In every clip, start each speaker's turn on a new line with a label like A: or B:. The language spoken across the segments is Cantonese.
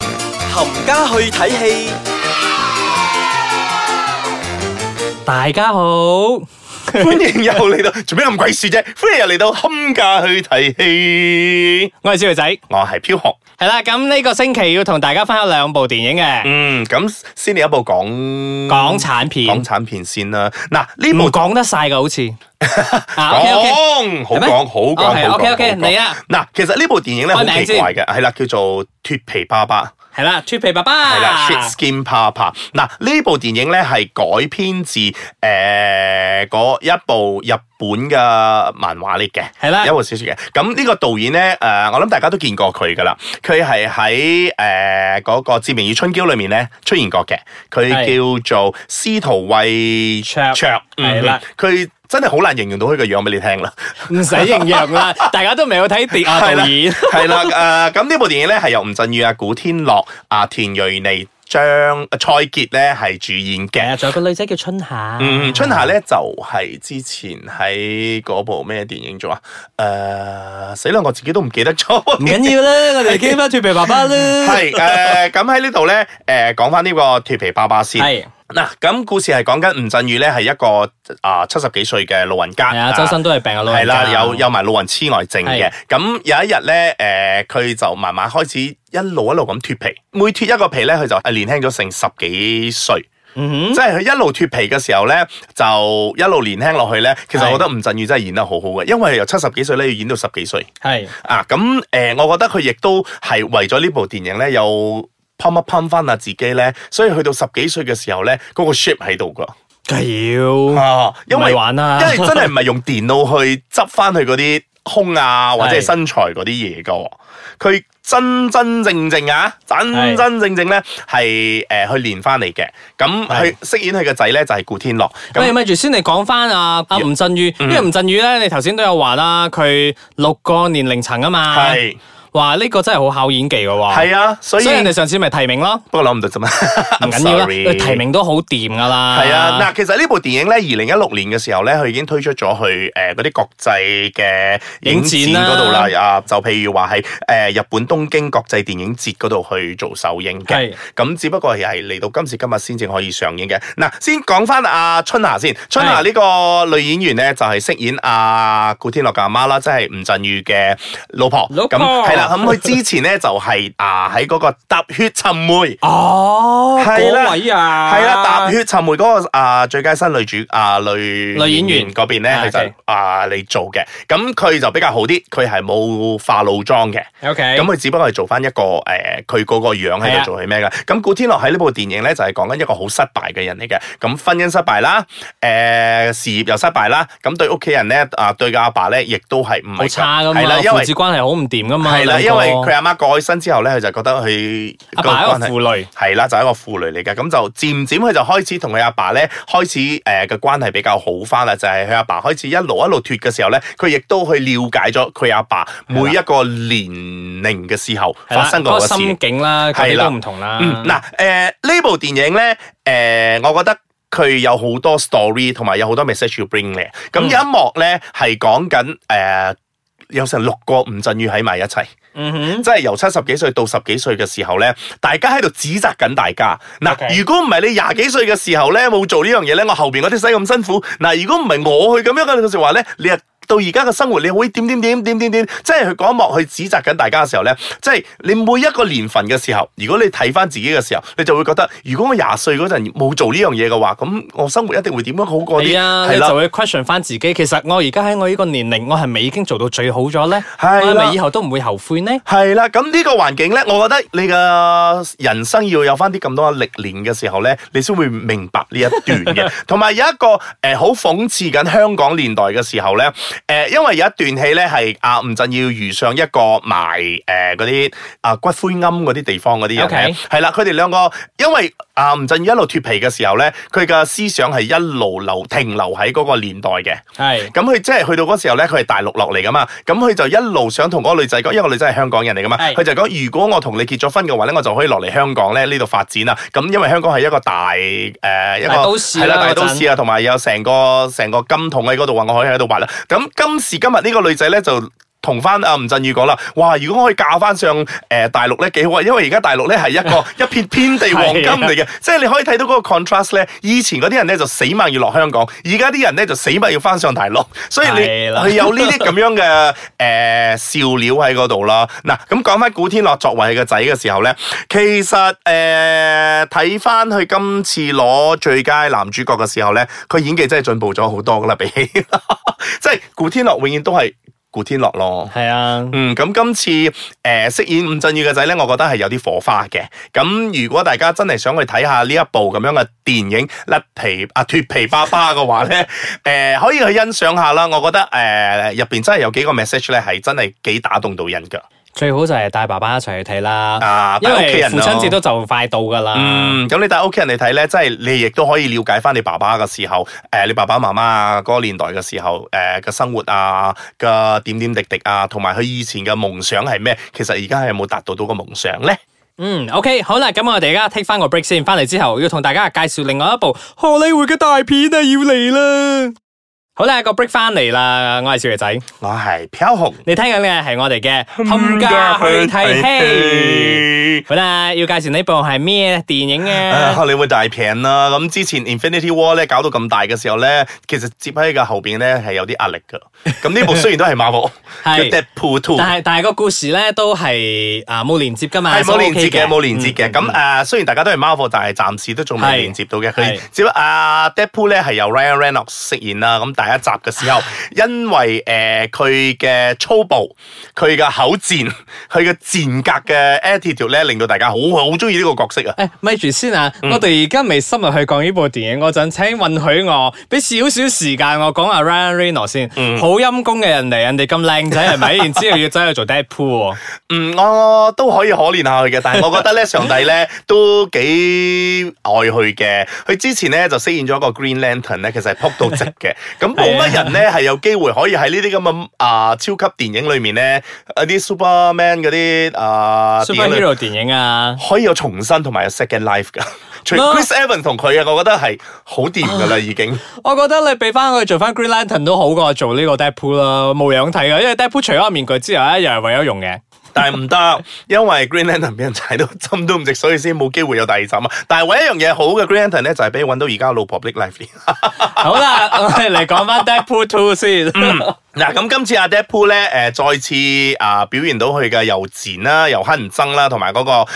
A: 冚家去睇戲，
B: 大家好，
C: 歡迎又嚟到， 做咩咁鬼事啫？歡迎又嚟到冚家去睇戲，
B: 我係小肥仔，
C: 我係飄紅。
B: 係啦，咁呢個星期要同大家分享兩部電影嘅
C: 嗯，咁先嚟一部講
B: 港產片，
C: 港產片先啦。嗱，呢
B: 唔
C: 部
B: 講得晒噶， 好似啊，OK OK，
C: 講好
B: 係咩
C: 講好講好
B: 哦係
C: 講
B: OK，OK，
C: 好講
B: 嚟啊！
C: 嗱，其實呢部電影咧好
B: 開名
C: 奇怪嘅，係啦，叫做脫皮爸爸。
B: 係啦，脫皮爸爸，
C: 係啦，Shit Skin Papa。嗱，呢部電影咧係改編自誒嗰、一部日本嘅漫畫嚟嘅，
B: 係啦
C: 一部小説嘅。咁呢個導演咧誒、我諗大家都見過佢噶啦，佢係喺誒嗰個《志明與春嬌》裏面咧出現過嘅，佢叫做司徒慧
B: 卓係啦，
C: 嗯佢真係好難形容到佢個樣俾你 聽啦。
B: 唔使形容 啦，大家都未有睇碟啊，
C: 係啦
B: 導演，
C: 係啦，誒呃咁呢部電影咧係由吳鎮宇啊、古天樂啊、田蕊妮、張呃蔡潔咧係主演
B: 係
C: 嘅
B: 啊，。仲有個女仔叫春夏，
C: 嗯，春夏咧就係、之前喺嗰部咩電影做啊？誒、死啦！我自己都唔記得 咗。
B: 唔緊要啦，我哋傾翻脫皮爸爸啦，
C: 係誒，咁喺呢度咧，誒講翻呢個脱皮爸爸先。
B: 係
C: 嗱，咁故事係講緊吳鎮宇咧係一個啊七十幾歲嘅老人家，
B: 係啊，周身都係病啊，老
C: 係
B: 人家
C: 啦，有有埋老人痴呆症嘅
B: 係。
C: 咁有一日咧，誒、佢就慢慢開始一路一路咁脱皮，每脱一個皮咧，佢就啊年輕咗成十幾歲。
B: 嗯哼，
C: 即係佢一路脱皮嘅時候咧，就一路年輕落去咧。其實
B: 係
C: 我覺得吳鎮宇真係演得好好嘅，因為由七十幾歲咧要演到十幾歲
B: 係
C: 啊。咁誒、我覺得佢亦都係為咗呢部電影咧，又噴一噴翻下自己咧，所以去到十幾歲嘅時候咧，嗰、個 shape 喺度噶。
B: 梗係要，
C: 啊，因
B: 嗯唔係
C: 為
B: 玩啦
C: 因為真係唔係用電腦去執翻佢嗰啲胸啊或者
B: 係
C: 係身材嗰啲嘢噶喎，佢真真正正啊，
B: 係
C: 真真正正咧係誒去練翻嚟嘅。咁
B: 係
C: 佢飾演佢個仔咧就係古天樂。
B: 喂，
C: 咁
B: 咪住先，你講翻阿阿吳鎮宇，因為吳鎮宇咧，你頭先都有話啦，佢六個年齡層啊嘛，
C: 係
B: 哇，呢個真係好考演技嘅喎，
C: 係啊，所以
B: 所以人哋上次咪提名咯，
C: 不過諗唔到啫嘛，
B: 唔
C: I'm
B: 緊要啦，
C: sorry
B: 佢提名都好掂噶啦，
C: 係啊，嗱，其實呢部電影咧，二零一六年嘅時候咧，佢已經推出咗去誒嗰啲國際嘅影展嗰度啦
B: 影，
C: 啊，就譬如話係呃誒日本東京國際電影節嗰度去做首映
B: 係
C: 嘅，咁只不過係嚟到今時今日先至可以上映嘅。嗱，先講翻阿春夏先，春夏呢個女演員咧就係飾演阿古天樂嘅阿媽啦，即係吳鎮宇嘅老婆，
B: 老
C: 咁
B: 婆
C: 係啦，咁佢之前咧就係啊喺嗰個《踏血尋梅》。
B: 哦，
C: 係啦
B: 嗰位啊，
C: 係啦，《踏血尋梅》嗰個啊最佳新女主啊女
B: 女演員
C: 嗰邊咧，
B: 啊
C: 佢
B: ，OK
C: 就啊你做嘅，咁佢就比較好啲，佢係冇化老妝嘅。
B: ，OK，
C: 咁佢只不過係做翻一個誒，佢嗰個樣
B: 係
C: 喺
B: 啊
C: 度做係咩嘅？咁古天樂喺呢部電影咧就係講緊一個好失敗嘅人嚟嘅，咁婚姻失敗啦，誒事業又失敗啦，咁對屋企人咧啊對個阿爸咧亦都係唔係
B: 好差噶
C: 係
B: 嘛，
C: 啦，因
B: 父
C: 為
B: 子關係好唔掂噶嘛，
C: 係啦，因
B: 兩個
C: 為佢阿媽過咗身之後咧，佢就覺得佢
B: 阿爸係一
C: 關
B: 個
C: 係
B: 負累，
C: 係啦，就係一個婦女嚟嘅，咁就漸漸佢就開始同佢阿爸咧開始呃誒嘅、關係比較好翻啦，就係佢阿爸開始一路一路脱嘅時候咧，佢亦都去了解咗佢阿爸每一個年齡嘅時候
B: 係啦
C: 發生過
B: 嗰個
C: 嘅
B: 心啊
C: 事。
B: 境啦，嗰啲
C: 係啦
B: 都唔同啦，
C: 嗯，嗱、誒呢部電影咧，誒、我覺得。佢有好多 story 同埋有好多 message 要 bring 嘅，
B: 嗯
C: 咁有一幕咧係講緊誒有成六個吳鎮宇喺埋一齊，
B: 嗯哼，
C: 即係由七十幾歲到十幾歲嘅時候咧，大家喺度指責緊大家。嗱
B: OK
C: 如果唔係你廿幾歲嘅時候咧冇做呢樣嘢咧，我後邊嗰啲使咁辛苦。嗱，如果唔係我去咁樣嘅嘅時話咧，你啊到而家嘅生活，你會點點點點點點，即係佢講一幕去指責緊大家嘅時候咧，即係你每一個年份嘅時候，如果你睇翻自己嘅時候，你就會覺得，如果我廿歲嗰陣冇做呢樣嘢嘅話，咁我生活一定會點樣好過啲，
B: 係啊，
C: 係
B: 你
C: 啦
B: 就會 question 翻自己，其實我而家喺我呢個年齡，我係咪已經做到最好咗咧？我
C: 係啦
B: 係咪以後都唔會後悔呢？
C: 係啦，咁呢個環境咧，我覺得你嘅人生要有翻啲咁多歷練嘅時候咧，你先會明白呢一段嘅。同埋有一個誒好、諷刺緊香港年代嘅時候咧，誒、因為有一段戲咧係啊阿吳鎮要遇上一個埋誒嗰啲啊骨灰庵嗰啲地方嗰啲人
B: OK
C: 咧，係啦佢哋兩個因為阿吳鎮要一路脱皮嘅時候咧，佢嘅思想係一路留停留喺嗰個年代嘅。
B: 係
C: 咁佢即係去到嗰時候咧，佢係大陸落嚟噶嘛，咁佢就一路想同嗰個女仔講，因為個女仔係香港人嚟噶嘛，
B: 係
C: 佢就講如果我同你結咗婚嘅話咧，我就可以落嚟香港咧呢度發展啦。咁因為香港係一個大誒、呃一個
B: 大都市啦
C: 係啦，大
B: 嗰陣
C: 都市啊，同埋有成個成個金桶喺嗰度啊，我可以喺度挖啦。咁今時今日呢個女仔咧就。同翻阿吳振宇講啦，哇！如果可以嫁翻上誒、呃大陸咧，幾好啊！因為而家大陸咧係一 個一片遍地黃金嚟
B: 啊
C: 嘅，即係你可以睇到嗰個 contrast 咧。以前嗰啲人咧就死猛要落香港，而家啲人咧就死猛要翻上大陸，所以你
B: 係啦
C: 係有呢啲咁樣嘅誒、呃笑料喺嗰度啦。嗱，咁講翻古天樂作為佢個仔嘅時候咧，其實誒睇翻佢今次攞最佳男主角嘅時候咧，佢演技真係進步咗好多噶啦，比起即係古天樂永遠都係古天樂咯。
B: 系啊，
C: 嗯，咁今次誒、呃、飾演吳鎮宇嘅仔咧，我覺得係有啲火花嘅。咁如果大家真係想去睇下呢一部咁樣嘅電影《甩皮啊脱皮爸爸》嘅 話咧，誒、可以去欣賞下啦。我覺得誒入邊真係有幾個 message 咧，係真係幾打動到人㗎。
B: 最好就係帶爸爸一齊去睇啦，
C: 啊，
B: 因
C: 帶屋企
B: 為
C: 人
B: 父親節
C: 咯
B: 都就快到噶啦。
C: 嗯，咁你帶屋企人嚟睇咧，即係你亦都可以了解翻你爸爸嘅時候，誒、你爸爸媽媽啊嗰個年代嘅時候，誒、嘅生活啊嘅點點滴滴啊，同埋佢以前嘅夢想係咩？其實而家係有冇達到到個夢想咧？
B: 嗯，OK，好啦，咁我哋而家 take 翻個 break 先，翻嚟之後要同大家介紹另外一部荷里活嘅大片啊，要嚟啦。好啦，個 break 翻嚟啦，我係少爺仔，
C: 我係飄紅，
B: 你聽緊嘅係我哋嘅《冚家去睇戲》。好啦，要介紹呢部係咩電影
C: 啊
B: 啊？
C: 荷里活大片啦，咁之前 Infinity War 咧搞到咁大嘅時候咧，其實接喺嘅後邊咧係有啲壓力噶。咁 呢部雖然都係 Marvel，
B: 係
C: 叫 Deadpool Two，
B: 但係但係個故事咧都係啊冇連接噶嘛，
C: 係冇
B: 所以
C: 連接
B: OK 嗯
C: 嘅，冇連接嘅。咁誒，雖然大家都係 Marvel，但係暫時都仲
B: 係
C: 未連接到嘅。佢
B: 係
C: 只不過啊 Deadpool 咧係由 Ryan Reynolds 飾演啦。咁第一集嘅 時候，因為誒佢嘅粗暴、佢嘅口賤、佢嘅賤格嘅 attitude 咧，令到大家好好中意呢個角色啊！
B: 诶，咪住先啊！
C: 嗯
B: 我哋而家未深入去講呢部電影嗰陣，請允許我俾少少時間我講下 Ryan Reynolds 先。
C: 嗯
B: 好陰功嘅人嚟，人哋咁靚仔係 咪？然之後要走去做 Deadpool 喎。
C: 嗯，我都可以可憐下佢嘅，但係我覺得咧，上帝咧都幾愛佢嘅。佢之前咧就飾演咗一個 Green Lantern 咧，其實係撲到直嘅。咁冇乜人咧係有機會可以喺呢啲咁嘅啊超級電影裏面咧，一啲 Superman 嗰啲啊電影裏
B: Superhero 電影啊，
C: 可以有重生同埋有 Second Life 噶。除
B: 咯
C: Chris Evans 同佢啊，我覺得係好掂噶啦，已經。
B: 我覺得你俾翻佢做翻 Green Lantern 都好過做呢個 Deadpool 啦，冇樣睇噶。因為 Deadpool 除咗個面具之外咧，又係為咗用 嘅。
C: 但係唔得，因為 Green Lantern 俾人踩到 針都唔值，所以先冇機會有第二集啊。但係唯一一樣嘢好嘅 Green Lantern 咧，就係俾佢揾到而家老婆 Blake Lively。
B: 好啦，我哋嚟講翻 Deadpool Two 先。
C: 嗯
B: 嗯
C: 嗱，咁今次阿 Deadpool 咧，誒、再次啊、表現到佢嘅又賤啦、又乞人憎啦，同埋嗰個誒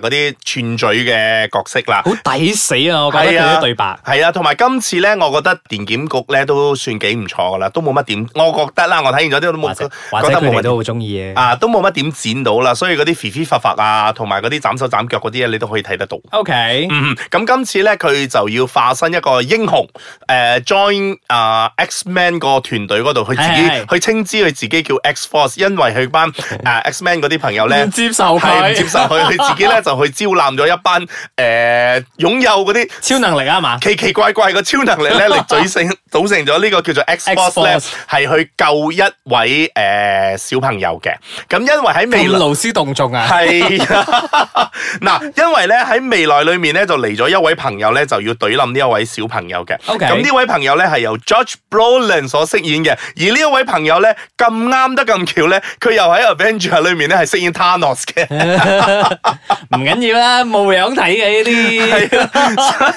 C: 嗰啲串嘴嘅角色啦。
B: 好抵死啊！我覺得
C: 係
B: 佢
C: 啊
B: 啲對白。
C: 係啊，同埋今次咧，我覺得電檢局咧都算幾唔錯噶啦，都冇乜點，我覺得啦，我睇完咗啲都
B: 或
C: 冇，
B: 者
C: 覺
B: 或者
C: 得
B: 佢哋
C: 冇乜
B: 都
C: 點
B: 好中意嘅。
C: 啊，都冇乜點剪到啦，所以嗰啲肥肥發發啊，同埋嗰啲斬手斬腳嗰啲嘢，你都可以睇得到。
B: OK，
C: 嗯，咁今次咧佢就要化身一個英雄，誒、join 呃啊、X-Man 個團隊嗰度，佢自己
B: 係係
C: 佢稱之佢自己叫 X-Force，因為佢 班誒 X-Man 嗰啲朋友咧
B: 唔。接受
C: 係
B: 佢
C: 唔接受佢，佢自己咧就去招攬咗一班誒、呃擁有嗰啲
B: 超能力啊嘛。
C: 奇奇怪怪嘅超能力咧，嚟 組成組成咗呢個叫做 X Force 咧
B: X-Force，
C: 係去救一位誒、小朋友嘅。咁因為喺未
B: 咁
C: 來。
B: 勞師動眾 啊！
C: 系啊，嗱，因為咧喺未來裏面咧就嚟咗一位朋友咧就要懟冧呢一位小朋友嘅。
B: OK
C: 咁呢位朋友咧係由 George Brolin 所飾演嘅，而呢一位朋友咧咁啱得咁巧咧，佢又喺 Avenger 裏面咧係飾演 Thanos 嘅。
B: 唔緊要啦，冇樣睇嘅呢啲。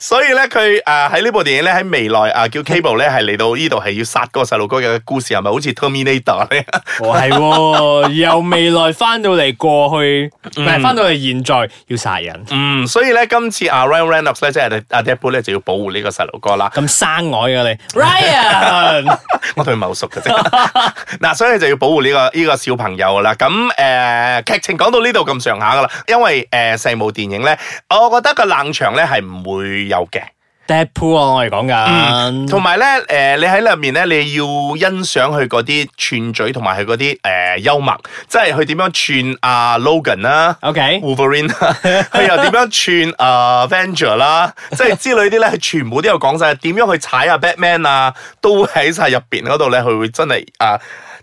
C: 所以咧，佢誒喺呢部電影咧，喺未來啊叫 Cable 咧，係嚟到呢度係要殺嗰個細路哥嘅故事，係咪好似 Terminator 咧？
B: 哦，係喎，由未來翻到嚟過去，唔係翻到嚟現在要殺人，
C: 嗯，所以咧今次啊 Ryan Reynolds 咧，即係阿 Deadpool 咧就要保護呢個細路哥啦。
B: 咁生外嘅你，Ryan
C: 我對佢唔係好熟嘅啫。 嗱，所以就要保護呢、個呢、個小朋友啦。咁誒、呃、劇情講到呢度咁上下噶啦，因為誒成、部電影咧，我覺得個冷場咧係唔會有嘅。
B: Deadpool 啊，我哋講緊。
C: 同埋咧，誒、你喺入面咧，你要欣賞佢嗰啲串嘴同埋佢嗰啲誒幽默，即係佢點樣串啊 Logan 啦、
B: OK，
C: Wolverine 啦， 佢又點樣串啊 Avenger 啦，即係之類啲咧，佢全部都有講晒，點樣去踩啊 Batman 啊，都喺晒入邊嗰度咧，佢會真係啊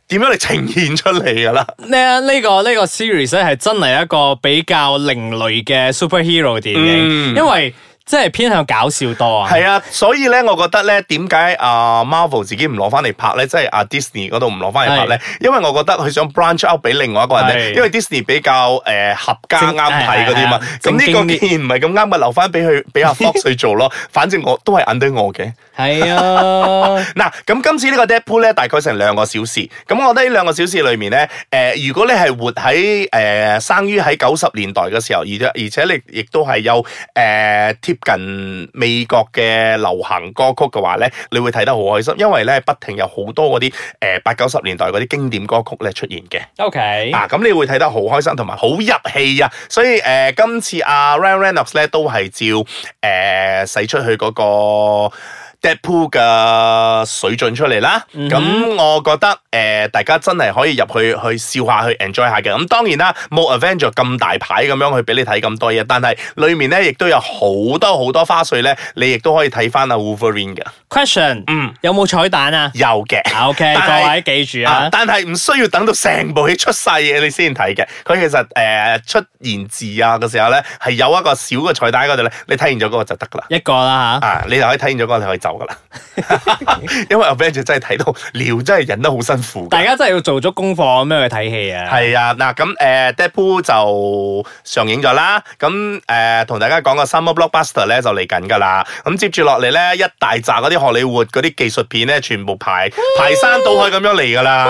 C: 點樣嚟呈現出嚟噶啦。
B: 呢呢個呢個 series 咧係真係一個比較另類嘅 superhero 電影，
C: 嗯
B: 因為。即係偏向搞笑多啊。
C: 係啊，所以咧，我覺得咧，點解啊 Marvel 自己唔攞翻嚟拍咧，即係啊 Disney 嗰度唔攞翻嚟拍咧？因為我覺得佢想 branch out 俾另外一個人咧，
B: 係
C: 因為 Disney 比較誒合家
B: 正
C: 啱睇嗰啲
B: 係係
C: 嘛
B: 係。
C: 咁
B: 正
C: 呢個
B: 經啲
C: 既然唔係咁啱嘅，留翻俾佢俾 阿 Fox 去做咯。反正我都係 under 我嘅。
B: 係啊，
C: 嗱，咁今次呢個 Deadpool 咧，大概成兩個小時。咁我覺得呢兩個小時裏面咧，誒、如果你係活喺誒、呃生於喺九十年代嘅時候，而且而且你亦都係有誒、呃、貼近美國嘅流行歌曲嘅話咧，你會睇得好開心，因為咧不停有好多嗰啲誒八九十年代嗰啲經典歌曲咧出現嘅。
B: OK，
C: 啊，咁你會睇得好開心，同埋好入戲啊！所以誒、呃今次阿、Ryan Reynolds 咧都係照誒使出去嗰個 Deadpool 嘅水準出嚟啦。咁、我覺得誒、呃大家真係可以入去去笑下，去 enjoy 下嘅。咁當然啦，冇 Avenger 咁大牌咁樣去俾你睇咁多嘢，但係裡面咧亦都有好多好多花絮咧，你亦都可以睇翻阿 Wolverine 嘅。
B: question，
C: 嗯，
B: 有冇彩蛋啊
C: 有嘅。
B: 啊？OK，
C: 但係
B: 各位記住
C: 啊
B: 啊！
C: 但係唔需要等到成部戲出晒嘢你先睇嘅，佢其實誒、呃出言字啊嘅時候咧，係有一個小嘅彩蛋嗰度咧，你睇完咗嗰個就得噶啦。
B: 一個啦
C: 啊！你就可以睇完咗嗰個，你可以走噶啦。 因為 Avenger 真係睇到尿，真係忍得好辛苦
B: 吓，大
C: 㗎。
B: 家真係要做足功課咁樣去睇戲啊！
C: 係啊，嗱咁誒 Deadpool 就上映咗啦，咁誒同大家講個 Summer Blockbuster 咧就嚟緊㗎啦，咁接住落嚟咧一大扎嗰啲荷里活嗰啲技術片咧，全部排排山倒海咁樣嚟㗎啦。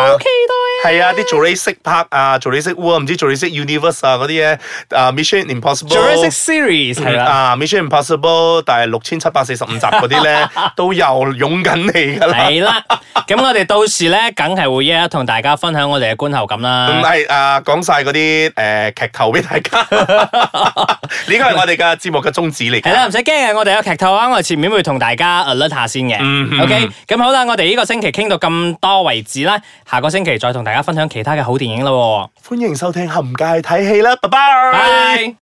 C: 係啊，啲 Jurassic Park 啊，Jurassic World 唔知 Jurassic Universe 啊嗰啲嘢，啊 Mission Impossible。
B: Jurassic Series 係啦，
C: 啊，Mission Impossible，但係六千七百四十五集嗰啲咧都又湧緊嚟㗎 啦。
B: 係啦。咁我哋到時咧，梗係會一一同大家分享我哋嘅觀後感
C: 咁
B: 啦。
C: 係啊，講晒嗰啲誒劇透俾大家，呢個係我哋嘅節目嘅宗旨嚟
B: 係啦，
C: 㗎。
B: 唔使驚嘅，我哋有劇透啊！我哋前面會同大家 alert 下先嘅。
C: 嗯
B: OK，咁好啦，我哋呢個星期傾到咁多為止啦，下個星期再同大家分享其他嘅好電影啦喎。
C: 歡迎收聽《冚界睇戲》啦，拜拜。
B: 拜。